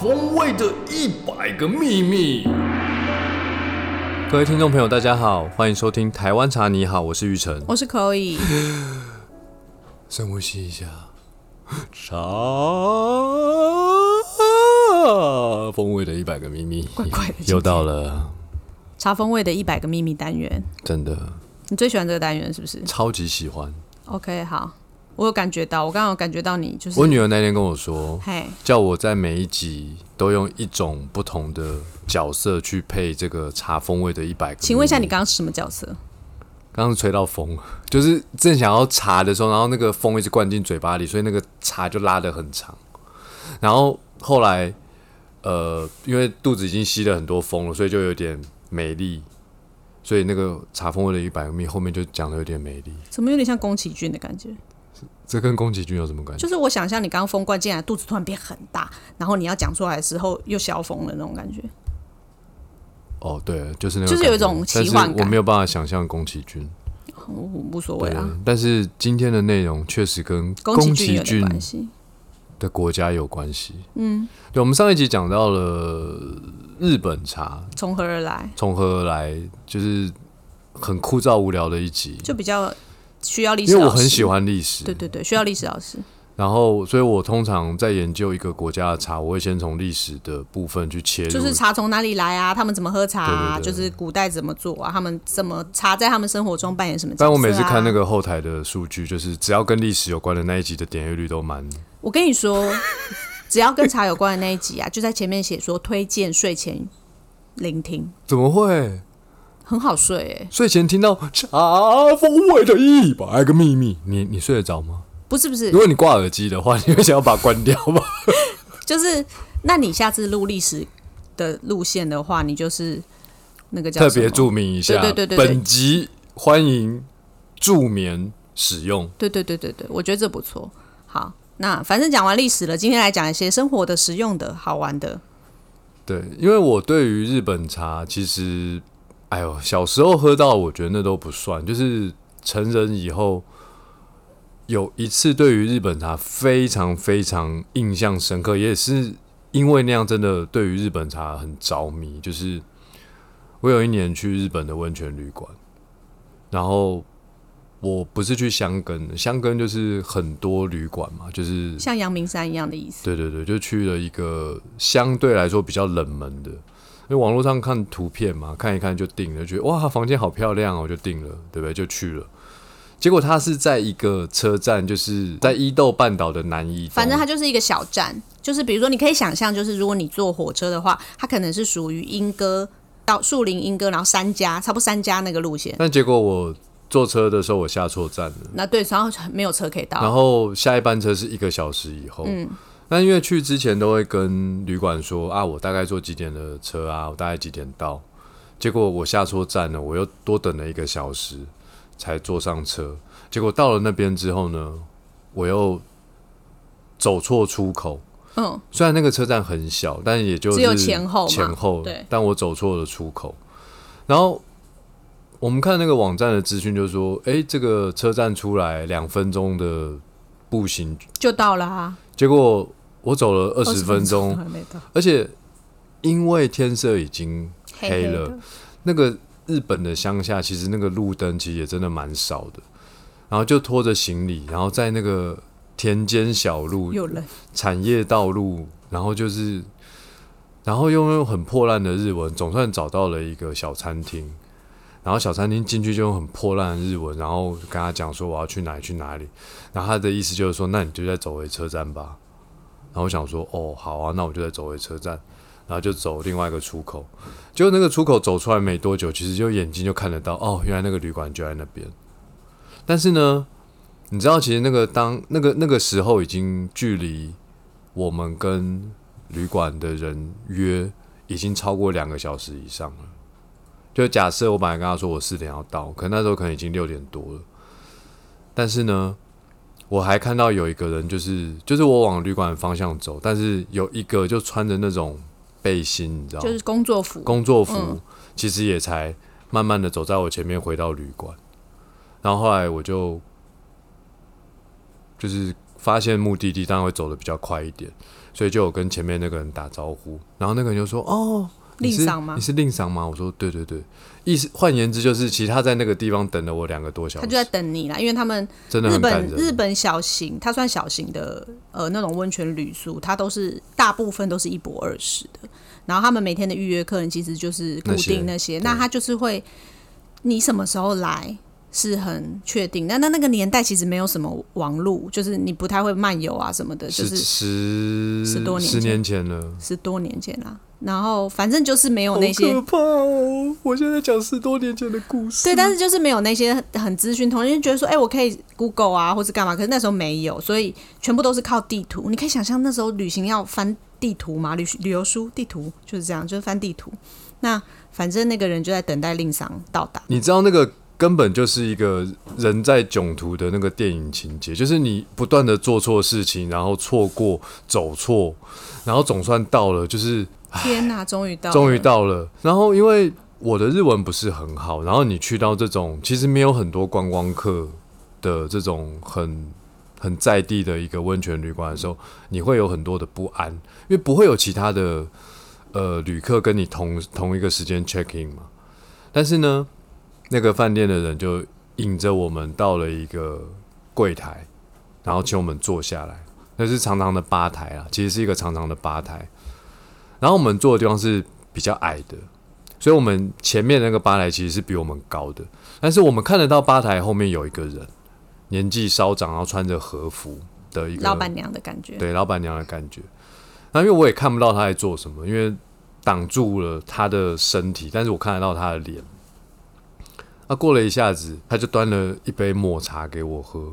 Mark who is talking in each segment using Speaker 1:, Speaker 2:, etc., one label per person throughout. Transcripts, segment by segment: Speaker 1: 风味的一百个秘密。
Speaker 2: 各位听众朋友，大家好，欢迎收听《台湾茶》，你好，我是玉成。
Speaker 3: 我是 Chloe，
Speaker 2: 深呼吸一下，茶风味的一百个秘密，
Speaker 3: 怪怪的今天
Speaker 2: 又到了，
Speaker 3: 茶风味的一百个秘密单元，
Speaker 2: 真的
Speaker 3: 你最喜欢这个单元是不是
Speaker 2: 超级喜欢。
Speaker 3: ？OK，好，我有感觉到，我刚刚有感觉到你就是
Speaker 2: 我，女儿那天跟我说，
Speaker 3: 嘿，
Speaker 2: 叫我在每一集都用一种不同的角色去配这个茶风味的一百个秘密。
Speaker 3: 请问一下你刚刚是什么角色？
Speaker 2: 刚刚吹到风， 就是正想要茶的时候，然后那个风一直灌进嘴巴里，所以那个茶就拉得很长。然后后来，呃，因为肚子已经吸了很多风了，所以就有点美丽。所以那个茶风味的一百个蜜后面就讲的有点美丽，
Speaker 3: 怎么有点像宫崎骏的感觉？
Speaker 2: 这跟宫崎骏有什么关系
Speaker 3: 就？是我想象你刚刚风灌进来，肚子突然变很大，然后你要讲出来的时候又消风了那种感觉。
Speaker 2: 哦，对，就是那个感觉，
Speaker 3: 就是有一种奇幻感
Speaker 2: 但是我没有办法想象宫崎骏。
Speaker 3: 无无所谓啊，
Speaker 2: 但是今天的内容确实跟
Speaker 3: 宫
Speaker 2: 宫
Speaker 3: 崎骏
Speaker 2: 崎
Speaker 3: 有点
Speaker 2: 骏
Speaker 3: 关系。
Speaker 2: 的国家有关系。嗯，对，我们上一集讲到了日本茶
Speaker 3: 从何而来？
Speaker 2: 从何而来，就是很枯燥无聊的一集，
Speaker 3: 就比较需要历史
Speaker 2: 因为我
Speaker 3: 老师，
Speaker 2: 很喜，欢历史。
Speaker 3: 对对对，需要历史老师。
Speaker 2: 然后，所以我通常在研究一个国家的茶，我会先从历史的部分去切入。
Speaker 3: 就是茶从哪里来啊？他们怎么喝茶、啊？
Speaker 2: 对对对
Speaker 3: 就是古代怎么做啊？他们怎么茶在他们生活中扮演什么角色、啊？
Speaker 2: 但我每次看那，个后台的数据，就是只要跟历史有关的那一集的点阅率都蛮
Speaker 3: 我跟你说，只要跟茶有关的那一集啊，就在前面写说推荐睡前聆听，
Speaker 2: 怎么会？
Speaker 3: 很好睡欸诶、
Speaker 2: 睡前听到茶风味的一百个秘密，你你睡得着吗？
Speaker 3: 不是不是
Speaker 2: 如，果你挂耳机的话，你会想要把它关掉吗？
Speaker 3: 就是那你下次录历史的路线的话，你就是那个叫
Speaker 2: 特
Speaker 3: 什么
Speaker 2: 别注明一下，
Speaker 3: 对对对对对
Speaker 2: 本集欢迎助眠使用。
Speaker 3: 对对对对对，我觉得这不错。好，那反正讲完历史了，今天来讲一些生活的、实用的、好玩的。
Speaker 2: 对，因为我对于日本茶，其实，哎呦，小时候喝到，我觉得那都不算，就是成人以后。有一次对于日本茶非常非常印象深刻，也是因为那样真的对于日本茶很着迷。就是我有一年去日本的温泉旅馆，然后我不是去箱根，箱根就是很多旅馆嘛，就是
Speaker 3: 像阳明山一样的意思。
Speaker 2: 对对对，就去了一个相对来说比较冷门的，因为网络上看图片嘛，看一看就定了，觉得哇房间好漂亮哦，就定了，对不对？就去了。结果他是在一个车站，就是在伊豆半岛的南伊东，
Speaker 3: 反正它就是一个小站，就是比如说你可以想象，就是如果你坐火车的话，它可能是属于莺歌到树林莺歌，然后三家，差不多三家那个路线。
Speaker 2: 但结果我坐车的时候我下错站了，
Speaker 3: 那对，然后没有车可以
Speaker 2: 然
Speaker 3: 到，
Speaker 2: 后下一班车是一个小时以后。那因为去之前都会跟旅馆说啊，我大概坐几点的车啊，我大概几点到。结果我下错站了，我又多等了一个小时才坐上车。结果到了那边之后呢，我又走错出口。
Speaker 3: 嗯，
Speaker 2: 虽然那个车站很小，但也就是
Speaker 3: 只有前后嘛
Speaker 2: 前后
Speaker 3: 对
Speaker 2: 但我走错了出口。然后我们看那个网站的资讯，就说，诶，这个车站出来两分钟的步行，
Speaker 3: 就到了啊。哦
Speaker 2: 结果我走了二十
Speaker 3: 20
Speaker 2: 分钟，
Speaker 3: 还没到，
Speaker 2: 而且因为天色已经黑了，
Speaker 3: 黑黑的
Speaker 2: 那个日本的乡下，其实那个路灯其实也真的蛮少的。然后就拖着行李，然后在那个田间小路、
Speaker 3: 有人，
Speaker 2: 产业道路，然后就是，然后又用很破烂的日文，总算找到了一个小餐厅。然后小餐厅进去就用很破烂的日文，然后跟他讲说我要去哪里去哪里。然后他的意思就是说，那你就再走回车站吧。然后我想说，哦，好啊，那我就再走回车站。然后就走另外一个出口，结果那个出口走出来没多久，其实就眼睛就看得到，哦，原来那个旅馆就在那边。但是呢，你知道，其实那个当那个那个时候已经距离我们跟旅馆的人约已经超过两个小时以上了。就假设我本来跟他说我四点要到，可那时候可能已经六点多了。但是呢，我还看到有一个人，就是就是我往旅馆的方向走，但是有一个就穿着那种背心，你知道吗？
Speaker 3: 就是工作服，
Speaker 2: 工作服，
Speaker 3: 嗯
Speaker 2: 其实也才慢慢的走在我前面回到旅馆。然后后来我就就是发现目的地，当然会走的比较快一点。所以就有跟前面那个人打招呼，然后那个人就说：“哦，你是
Speaker 3: 令赏吗
Speaker 2: 你是令赏吗？”我说：“对对对。”意思换言之就是，其实他在那个地方等了我两个多小
Speaker 3: 他
Speaker 2: 时，
Speaker 3: 就在等你啦，因为他们
Speaker 2: 真的
Speaker 3: 日
Speaker 2: 很感
Speaker 3: 本
Speaker 2: 人。
Speaker 3: 日本小型，它算小型的呃那种温泉旅宿，它都是大部分都是一博二十的。然后他们每天的预约客人其实就是固定
Speaker 2: 那
Speaker 3: 那些，那他就是会你什么时候来是很确定。那那那个年代其实没有什么网路，就是你不太会漫游啊什么的，就
Speaker 2: 十
Speaker 3: 是
Speaker 2: 十
Speaker 3: 十多年
Speaker 2: 十
Speaker 3: 前
Speaker 2: 年前了，
Speaker 3: 十多年前啦。然后反正就是没有
Speaker 2: 好
Speaker 3: 那些
Speaker 2: 可怕哦！我现在讲十多年前的故事，
Speaker 3: 对，但是就是没有那些很很资讯通，因为觉得说，哎、我可以 Google 啊，或是干嘛，可是那时候没有，所以全部都是靠地图。你可以想象那时候旅行要翻地图嘛，旅旅游书地图就是这样，就是翻地图。那反正那个人就在等待令赏到达，
Speaker 2: 你知道那个根本就是一个人在囧途的那个电影情节，就是你不断的做错事情，然后错过、走错，然后总算到了，就是
Speaker 3: 天哪，终于到了，
Speaker 2: 终于到了。然后因为我的日文不是很好，然后你去到这种其实没有很多观光客的这种很很在地的一个温泉旅馆的时候，你会有很多的不安，因为不会有其他的呃旅客跟你同同一个时间 check in 嘛。但是呢，那个饭店的人就引着我们到了一个柜台，然后请我们坐下来。那是长长的吧台啊，其实是一个长长的吧台。然后我们坐的地方是比较矮的，所以我们前面那个吧台其实是比我们高的，但是我们看得到吧台后面有一个人，年纪稍长，然后穿着和服的一个
Speaker 3: 老板娘的感觉。
Speaker 2: 对老板娘的感觉。那因为我也看不到她在做什么，因为挡住了她的身体，但是我看得到她的脸。那过了一下子，她就端了一杯抹茶给我喝，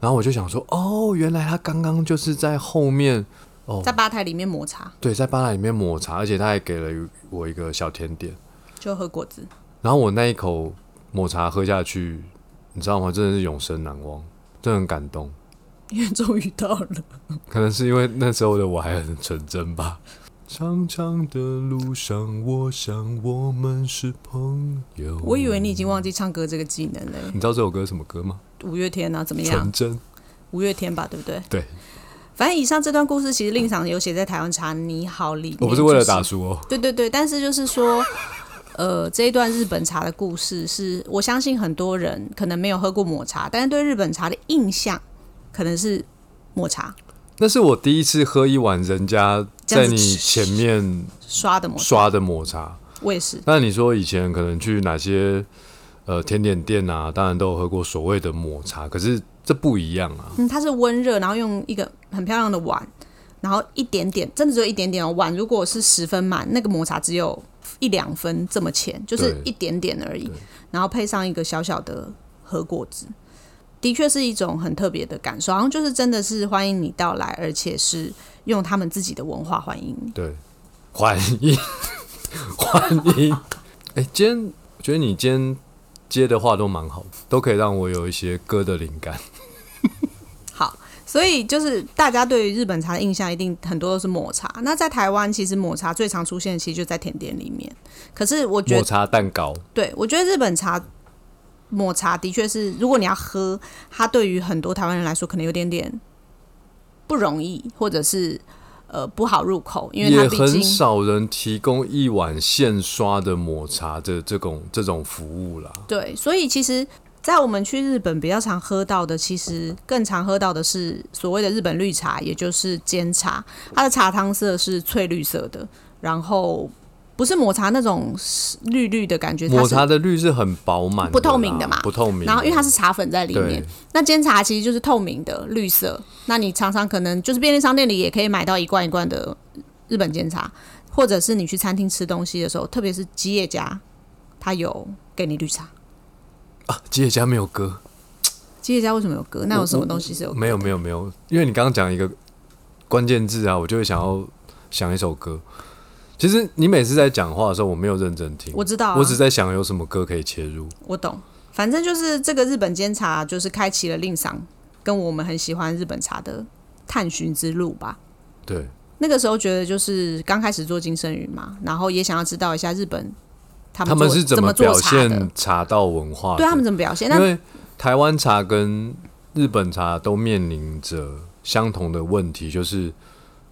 Speaker 2: 然后我就想说，哦，原来她刚刚就是在后面哦，
Speaker 3: 在吧台里面抹茶，
Speaker 2: 对，在吧台里面抹茶，而且他还给了我一个小甜点。
Speaker 3: 就喝果子，
Speaker 2: 然后我那一口抹茶喝下去，你知道吗？真的是永生难忘，真的很感动。
Speaker 3: 因为终于到了。
Speaker 2: 可能是因为那时候的我还很纯真吧。长长的路上，我想我们是朋友。
Speaker 3: 我以为你已经忘记唱歌这个技能了、
Speaker 2: 你知道这首歌是什么歌吗？
Speaker 3: 五月天啊，怎么样
Speaker 2: 纯？真。
Speaker 3: 五月天吧，对不对？
Speaker 2: 对，
Speaker 3: 反正以上这段故事其实令赏有写在台湾茶你好里面，
Speaker 2: 我不是为了
Speaker 3: 就是
Speaker 2: 打输哦。
Speaker 3: 对对对，但是就是说，呃，这一段日本茶的故事是，我相信很多人可能没有喝过抹茶，但是对日本茶的印象可能是抹茶
Speaker 2: 那是我第一次喝一碗人家
Speaker 3: 这
Speaker 2: 在
Speaker 3: 样子
Speaker 2: 你前面
Speaker 3: 刷的抹茶，
Speaker 2: 刷的抹茶。
Speaker 3: 我也是。
Speaker 2: 那你说以前可能去哪些呃甜点店啊，当然都有喝过所谓的抹茶，可是这不一样啊。
Speaker 3: 嗯，它是温热，然后用一个很漂亮的碗，然后一点点，真的只有一点点哦。碗如果是十分满，那个抹茶只有一两分这么浅，就是
Speaker 2: 对
Speaker 3: 一点点而已。然后配上一个小小的核果子，的确是一种很特别的感受，好像就是真的是欢迎你到来，而且是用他们自己的文化欢迎你。
Speaker 2: 对，欢迎 欢迎。哎、今天我觉得你今天接的话都蛮好的，都可以让我有一些歌的灵感。
Speaker 3: 好，所以就是大家对于日本茶的印象，一定很多都是抹茶。那在台湾，其实抹茶最常出现，其实就在甜点里面。可是我觉
Speaker 2: 抹
Speaker 3: 得
Speaker 2: 茶蛋糕，
Speaker 3: 对，我觉得日本茶抹茶的确是，如果你要喝，它对于很多台湾人来说，可能有点点不容易，或者是呃不好入口，因为它
Speaker 2: 也
Speaker 3: 毕
Speaker 2: 很
Speaker 3: 竟
Speaker 2: 少人提供一碗现刷的抹茶的这种这种服务啦。
Speaker 3: 对，所以其实。在我们去日本比较常喝到的，其实更常喝到的是所谓的日本绿茶，也就是煎茶。它的茶汤色是翠绿色的，然后不是抹茶那种绿绿的感觉，它
Speaker 2: 抹
Speaker 3: 是
Speaker 2: 茶的绿是很饱满的啦，
Speaker 3: 不透明的嘛
Speaker 2: 不透明的。
Speaker 3: 然后因为它是茶粉在里面
Speaker 2: 对，
Speaker 3: 那煎茶其实就是透明的绿色。那你常常可能就是便利商店里也可以买到一罐一罐的日本煎茶，或者是你去餐厅吃东西的时候，特别是吉野家，它有给你绿茶。
Speaker 2: 啊，吉野家没有歌。
Speaker 3: 吉野家为什么有隔？那有什么东西是有隔？
Speaker 2: 没有没有没有，因为你刚刚讲一个关键字啊，我就会想要想一首歌。其实你每次在讲话的时候，我没有认真听，
Speaker 3: 我知道啊
Speaker 2: 我只在想有什么歌可以切入。
Speaker 3: 我懂，反正就是这个日本煎茶，就是开启了令赏跟我们很喜欢日本茶的探寻之路吧。
Speaker 2: 对，
Speaker 3: 那个时候觉得就是刚开始做金生鱼嘛，然后也想要知道一下日本他
Speaker 2: 他
Speaker 3: 们
Speaker 2: 们
Speaker 3: 做
Speaker 2: 是
Speaker 3: 怎
Speaker 2: 么
Speaker 3: 做
Speaker 2: 表
Speaker 3: 茶的
Speaker 2: 现，茶道文化的？
Speaker 3: 对他们怎么表现？那
Speaker 2: 因为台湾茶跟日本茶都面临着相同的问题，就是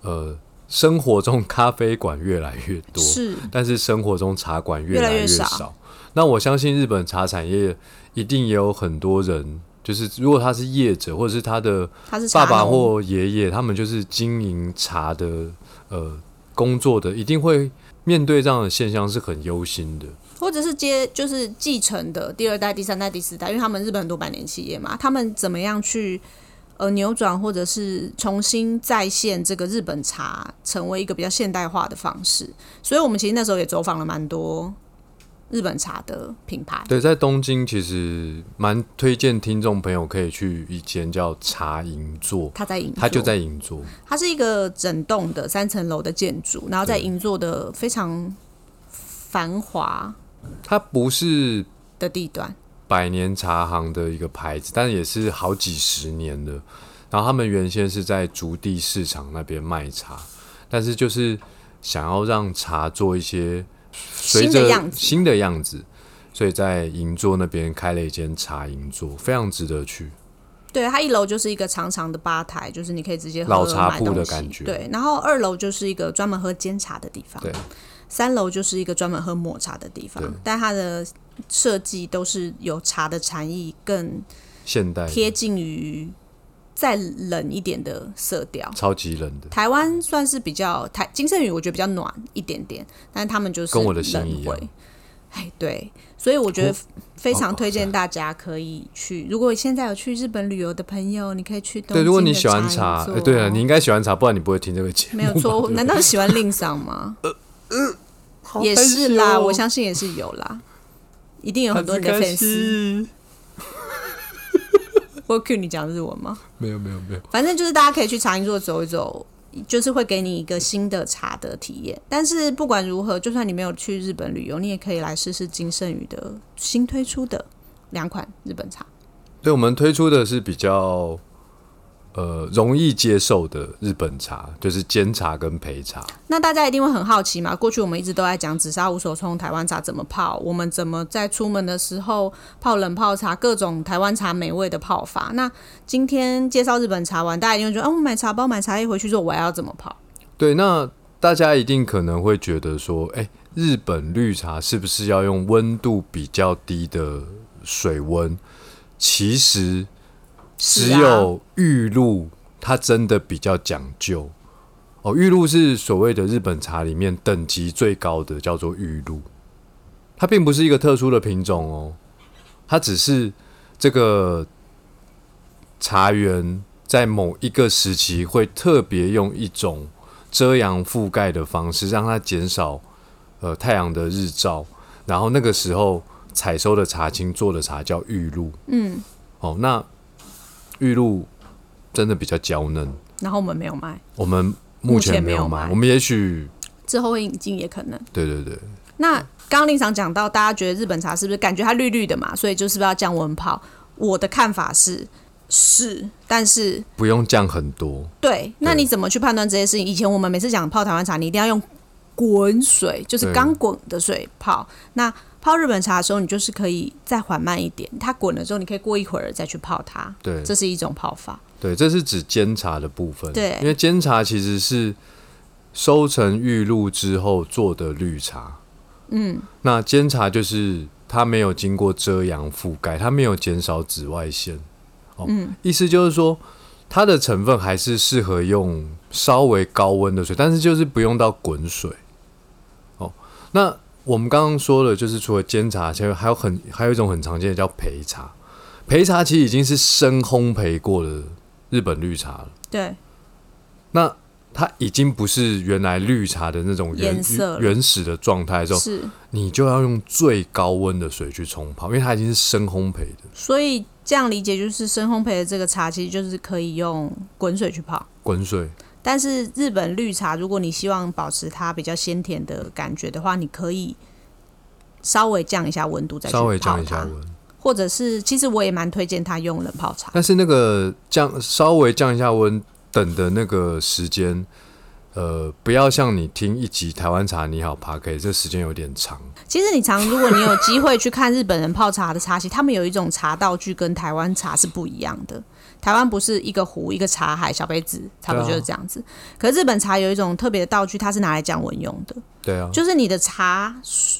Speaker 2: 呃，生活中咖啡馆越来越多，
Speaker 3: 是
Speaker 2: 但是生活中茶馆
Speaker 3: 越
Speaker 2: 来
Speaker 3: 来越
Speaker 2: 少。
Speaker 3: 少
Speaker 2: 那我相信日本茶产业一定也有很多人，就是如果他是业者，或者是他的
Speaker 3: 他是
Speaker 2: 爸
Speaker 3: 茶
Speaker 2: 爸
Speaker 3: 农
Speaker 2: 或爷爷，他们就是经营茶的呃工作的，一定会面对这样的现象是很忧心的。
Speaker 3: 或者是接就是继承的第二代、第三代、第四代，因为他们日本很多百年企业嘛，他们怎么样去呃扭转或者是重新再现这个日本茶，成为一个比较现代化的方式。所以我们其实那时候也走访了蛮多日本茶的品牌，
Speaker 2: 对，在东京其实蛮推荐听众朋友可以去一间叫茶银座，
Speaker 3: 它在银座，
Speaker 2: 它就在银座。
Speaker 3: 它是一个整栋的三层楼的建筑，然后在银座的非常繁华
Speaker 2: 它不是
Speaker 3: 的地段，
Speaker 2: 百年茶行的一个牌子，但也是好几十年了。然后他们原先是在竹地市场那边卖茶，但是就是想要让茶做一些随
Speaker 3: 新的
Speaker 2: 着
Speaker 3: 样子
Speaker 2: 新的样子，所以在银座那边开了一间茶银座，非常值得去。
Speaker 3: 对，它一楼就是一个长长的吧台，就是你可以直接喝
Speaker 2: 老茶
Speaker 3: 买
Speaker 2: 铺
Speaker 3: 东
Speaker 2: 的
Speaker 3: 西
Speaker 2: 感觉
Speaker 3: 对，然后二楼就是一个专门喝煎茶的地方，
Speaker 2: 对，
Speaker 3: 三楼就是一个专门喝抹茶的地方
Speaker 2: 对，
Speaker 3: 但它的设计都是有茶的禅意更
Speaker 2: 现代的
Speaker 3: 贴近于再冷一点的色调。
Speaker 2: 超级冷的，
Speaker 3: 台湾算是比较台金圣宇，我觉得比较暖一点点，但他们就是
Speaker 2: 跟我的心一
Speaker 3: 冷
Speaker 2: 样
Speaker 3: 回。哎，对，所以我觉得
Speaker 2: 哦
Speaker 3: 非常推荐大家可以去。如果现在有去日本旅游的朋友，你可以去东京
Speaker 2: 对，
Speaker 3: 的
Speaker 2: 如果你喜欢
Speaker 3: 茶
Speaker 2: 茶，
Speaker 3: 饮座
Speaker 2: 哎对了，你应该喜欢茶，不然你不会听这个节目。
Speaker 3: 没有错。难道喜欢令赏吗？
Speaker 2: 呃
Speaker 3: 也是啦，我相信也是有啦，一定有很多你的粉丝。
Speaker 2: 丝。
Speaker 3: 我 Q 你讲日文吗？
Speaker 2: 没有没有没有，
Speaker 3: 反正就是大家可以去茶饮座走一走，就是会给你一个新的茶的体验。但是不管如何，就算你没有去日本旅游，你也可以来试试金圣宇的新推出的两款日本茶。
Speaker 2: 对我们推出的是比较呃容易接受的日本茶，就是煎茶跟焙茶。
Speaker 3: 那大家一定会很好奇嘛？过去我们一直都在讲紫砂无手冲台湾茶怎么泡，我们怎么在出门的时候泡冷泡茶，各种台湾茶美味的泡法。那今天介绍日本茶完，大家一定会觉得，哦，我买茶包、买茶叶回去之后，我还要怎么泡？
Speaker 2: 对，那大家一定可能会觉得说，哎、日本绿茶是不是要用温度比较低的水温？其实只
Speaker 3: 是啊
Speaker 2: 有玉露，它真的比较讲究。哦，玉露是所谓的日本茶里面等级最高的，叫做玉露。它并不是一个特殊的品种哦，它只是这个茶园在某一个时期会特别用一种遮阳覆盖的方式，让它减少呃太阳的日照，然后那个时候采收的茶青做的茶叫玉露。嗯，哦，那玉露真的比较娇嫩，
Speaker 3: 然后我们没有买，
Speaker 2: 我们
Speaker 3: 目
Speaker 2: 目
Speaker 3: 前
Speaker 2: 前
Speaker 3: 没
Speaker 2: 没
Speaker 3: 有
Speaker 2: 有买，
Speaker 3: 买
Speaker 2: 我们也许
Speaker 3: 之后会引进也可能。
Speaker 2: 对对对，
Speaker 3: 那刚刚令常讲到，大家觉得日本茶是不是感觉它绿绿的嘛？所以就是不是要降温泡？我的看法是是，但是
Speaker 2: 不用降很多。
Speaker 3: 对，那你怎么去判断这些事情？以前我们每次讲泡台湾茶，你一定要用滚水，就是
Speaker 2: 对
Speaker 3: 刚滚的水泡。那泡日本茶的时候，你就是可以再缓慢一点，它滚了之后，你可以过一会儿再去泡它。
Speaker 2: 对
Speaker 3: 这是一种泡法。
Speaker 2: 对，这是指煎茶的部分。
Speaker 3: 对
Speaker 2: 因为煎茶其实是收成玉露之后做的绿茶。嗯，那煎茶就是它没有经过遮阳覆盖，它没有减少紫外线。哦，意思就是说它的成分还是适合用稍微高温的水，但是就是不用到滚水。哦，那我们刚刚说了，就是除了煎茶，其实还有很还有一种很常见的叫焙茶。焙茶其实已经是深烘焙过的日本绿茶了，
Speaker 3: 对，
Speaker 2: 那它已经不是原来绿茶的那种原
Speaker 3: 颜色了
Speaker 2: 原始的状态的时候，
Speaker 3: 是。
Speaker 2: 你就要用最高温的水去冲泡，因为它已经是深烘焙的
Speaker 3: 所以这样理解就是深烘焙的这个茶，其实就是可以用滚水去泡。
Speaker 2: 滚水。
Speaker 3: 但是日本绿茶，如果你希望保持它比较鲜甜的感觉的话，你可以稍微降一下温度再去
Speaker 2: 稍微
Speaker 3: 泡
Speaker 2: 降一下
Speaker 3: 它
Speaker 2: 温，
Speaker 3: 或者是其实我也蛮推荐它用冷泡茶。
Speaker 2: 但是那个降稍微降一下温，等的那个时间，呃，不要像你听一集台湾茶你好 p a k 这时间有点长。
Speaker 3: 其实你常如果你有机会去看日本人泡茶的茶席，他们有一种茶道具跟台湾茶是不一样的。台湾不是一个壶、一个茶海、小杯子，差不
Speaker 2: 啊
Speaker 3: 多就是这样子。可是日本茶有一种特别的道具，它是拿来降温用的，
Speaker 2: 对啊，
Speaker 3: 就是你的茶，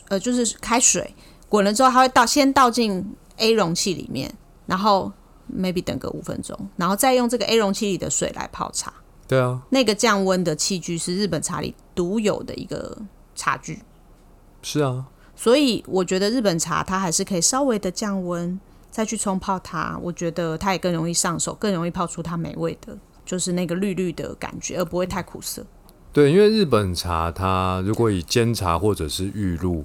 Speaker 3: 呃，就是开水滚了之后，它会倒先倒进 A 容器里面，然后 maybe 等个五分钟，然后再用这个 A 容器里的水来泡茶。
Speaker 2: 对啊，
Speaker 3: 那个降温的器具是日本茶里独有的一个茶具。
Speaker 2: 是啊，
Speaker 3: 所以我觉得日本茶它还是可以稍微的降温，再去冲泡它，我觉得它也更容易上手，更容易泡出它美味的，就是那个绿绿的感觉，而不会太苦涩。
Speaker 2: 对，因为日本茶它如果以煎茶或者是玉露，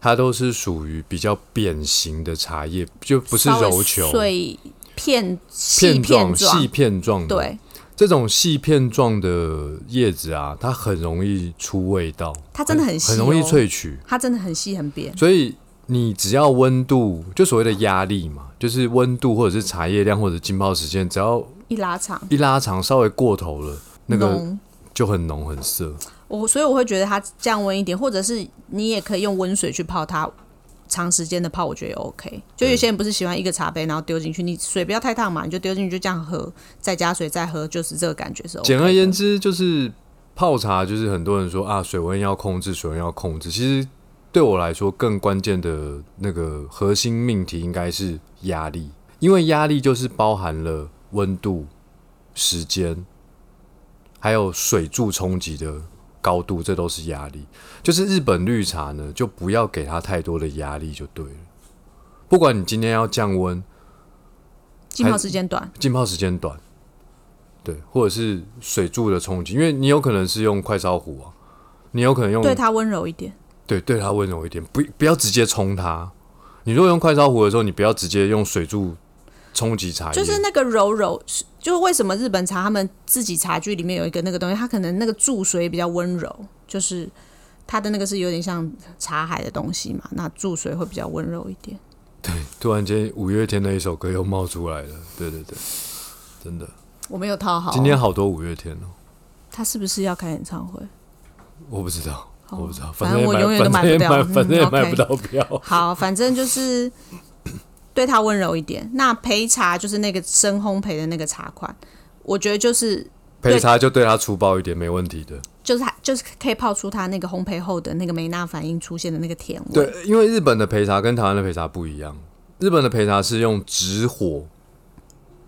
Speaker 2: 它都是属于比较扁形的茶叶，就不是
Speaker 3: 稍微
Speaker 2: 揉球
Speaker 3: 碎片细
Speaker 2: 片
Speaker 3: 片
Speaker 2: 状、
Speaker 3: 状
Speaker 2: 细，片状的。
Speaker 3: 对，
Speaker 2: 这种细片状的叶子啊，它很容易出味道，
Speaker 3: 它真的很细、哦
Speaker 2: 很容易，萃取，
Speaker 3: 它真的很细很扁。
Speaker 2: 所以。你只要温度，就所谓的压力嘛，就是温度或者是茶叶量或者浸泡时间，只要
Speaker 3: 一拉长，
Speaker 2: 一拉长稍微过头了，那个
Speaker 3: 浓
Speaker 2: 就很浓很涩。
Speaker 3: 我所以我会觉得它降温一点，或者是你也可以用温水去泡它，长时间的泡我觉得也 OK。就有些人不是喜欢一个茶杯，然后丢进去，你水不要太烫嘛，你就丢进去就这样喝，再加水再喝，就是这个感觉是 OK。
Speaker 2: 简而言，之，就是泡茶，就是很多人说啊，水温要控制，水温要控制。其实对我来说，更关键的那个核心命题应该是压力，因为压力就是包含了温度、时间，还有水柱冲击的高度，这都是压力。就是日本绿茶呢，就不要给它太多的压力就对了。不管你今天要降温，
Speaker 3: 浸泡时间短，
Speaker 2: 浸泡时间短，对，或者是水柱的冲击，因为你有可能是用快烧壶啊，你有可能用
Speaker 3: 对它温柔一点。
Speaker 2: 对对它温柔一点，不不要直接冲它。你如果用快烧壶的时候，你不要直接用水柱冲击茶叶，
Speaker 3: 就是那个柔柔，是就是为什么日本茶他们自己茶具里面有一个那个东西，它可能那个注水比较温柔，就是它的那个是有点像茶海的东西嘛，那注水会比较温柔一点。
Speaker 2: 突然间五月天的一首歌又冒出来了，对对对，真的，
Speaker 3: 我没有套好哦，
Speaker 2: 今天好多五月天哦，
Speaker 3: 他是不是要开演唱会？
Speaker 2: 我不知道，
Speaker 3: 哦
Speaker 2: 我不知道，
Speaker 3: 反
Speaker 2: 正也
Speaker 3: 正我
Speaker 2: 买
Speaker 3: 永远都
Speaker 2: 反正也
Speaker 3: 买
Speaker 2: 买
Speaker 3: 不到嗯
Speaker 2: 反正也买
Speaker 3: OK
Speaker 2: 不到票。
Speaker 3: 好，反正就是对他温柔一点。那陪茶就是那个深烘焙的那个茶款，我觉得就是
Speaker 2: 陪茶就对它粗暴一点，没问题的。
Speaker 3: 就是它就是可以泡出它那个烘焙后的那个梅纳反应出现的那个甜味。
Speaker 2: 对，因为日本的焙茶跟台湾的焙茶不一样，日本的焙茶是用直火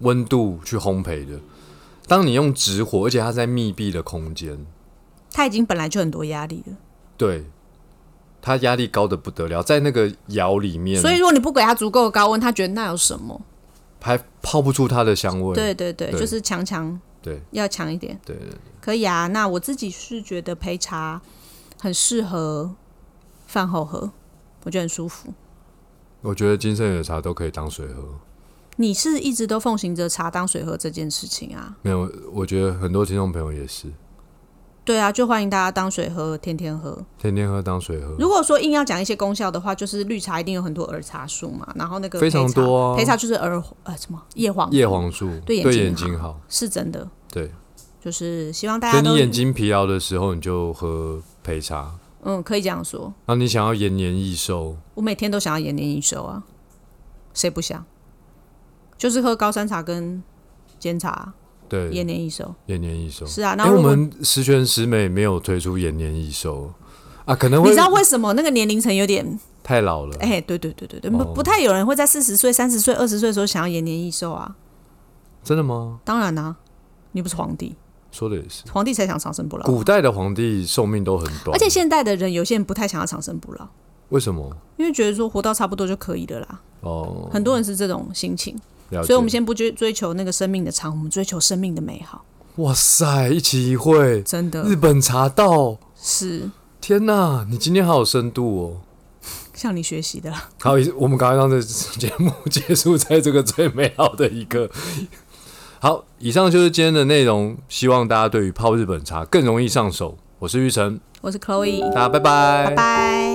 Speaker 2: 温度去烘焙的。当你用直火，而且它在密闭的空间，
Speaker 3: 它已经本来就很多压力了，
Speaker 2: 对，它压力高的不得了，在那个窑里面，
Speaker 3: 所以如果你不给它足够的高温，它觉得那有什么？
Speaker 2: 还泡不出它的香味。
Speaker 3: 对对对，
Speaker 2: 对
Speaker 3: 就是强强
Speaker 2: 对
Speaker 3: 要强一点，
Speaker 2: 对对
Speaker 3: 可以啊。那我自己是觉得陪茶很适合饭后喝，我觉得很舒服。
Speaker 2: 我觉得金圣宇的茶都可以当水喝。
Speaker 3: 你是一直都奉行着茶当水喝这件事情啊？
Speaker 2: 没有，我觉得很多听众朋友也是，
Speaker 3: 对啊，就欢迎大家当水喝，天天喝。
Speaker 2: 天天喝当水喝。
Speaker 3: 如果说硬要讲一些功效的话，就是绿茶一定有很多儿茶素嘛，然后那个
Speaker 2: 非常
Speaker 3: 焙茶
Speaker 2: 多啊
Speaker 3: 焙茶就是儿呃什么叶黄素
Speaker 2: 叶黄素
Speaker 3: 对眼睛
Speaker 2: 眼睛好，
Speaker 3: 是真的，
Speaker 2: 对，
Speaker 3: 就是希望大
Speaker 2: 所
Speaker 3: 家
Speaker 2: 以
Speaker 3: 都
Speaker 2: 你眼睛疲劳的时候，你就喝焙茶，
Speaker 3: 嗯可以这样说，
Speaker 2: 那你想要延年益寿，
Speaker 3: 我每天都想要延年益寿啊，谁不想？就是喝高山茶跟煎茶
Speaker 2: 对，
Speaker 3: 延年益寿，
Speaker 2: 延年益寿。
Speaker 3: 是啊。
Speaker 2: 哎、
Speaker 3: 然后
Speaker 2: 我
Speaker 3: 如果、
Speaker 2: 们十全十美没有推出延年益寿啊，可能
Speaker 3: 你
Speaker 2: 会
Speaker 3: 知道为什么那个年龄层有点
Speaker 2: 太老了。
Speaker 3: 哎、对对对对对，
Speaker 2: 哦
Speaker 3: 不不太有人会在四十岁、三十岁、二十岁的时候想要延年益寿啊。
Speaker 2: 真的吗？
Speaker 3: 当然啦、啊你不是皇帝，
Speaker 2: 说的也是。
Speaker 3: 皇帝才想长生不老。
Speaker 2: 古代的皇帝寿命都很短，
Speaker 3: 而且现代的人，有些人不太想要长生不老，
Speaker 2: 为什么？
Speaker 3: 因为觉得说活到差不多就可以了啦。
Speaker 2: 哦，
Speaker 3: 很多人是这种心情，
Speaker 2: 了解
Speaker 3: 所以我们先不追追求那个生命的长，我们追求生命的美好。
Speaker 2: 哇塞，一期一会，
Speaker 3: 真
Speaker 2: 日
Speaker 3: 的
Speaker 2: 本茶道，
Speaker 3: 是
Speaker 2: 天哪，你今天好有深度哦。
Speaker 3: 向你学习的啦。
Speaker 2: 好，我们赶快让这节目 结束在这个最美好的一个。好，以上就是今天的内容，希望大家对于泡日本茶更容易上手。我是玉成，
Speaker 3: 我是 Chloe，
Speaker 2: 大家拜
Speaker 3: 拜拜。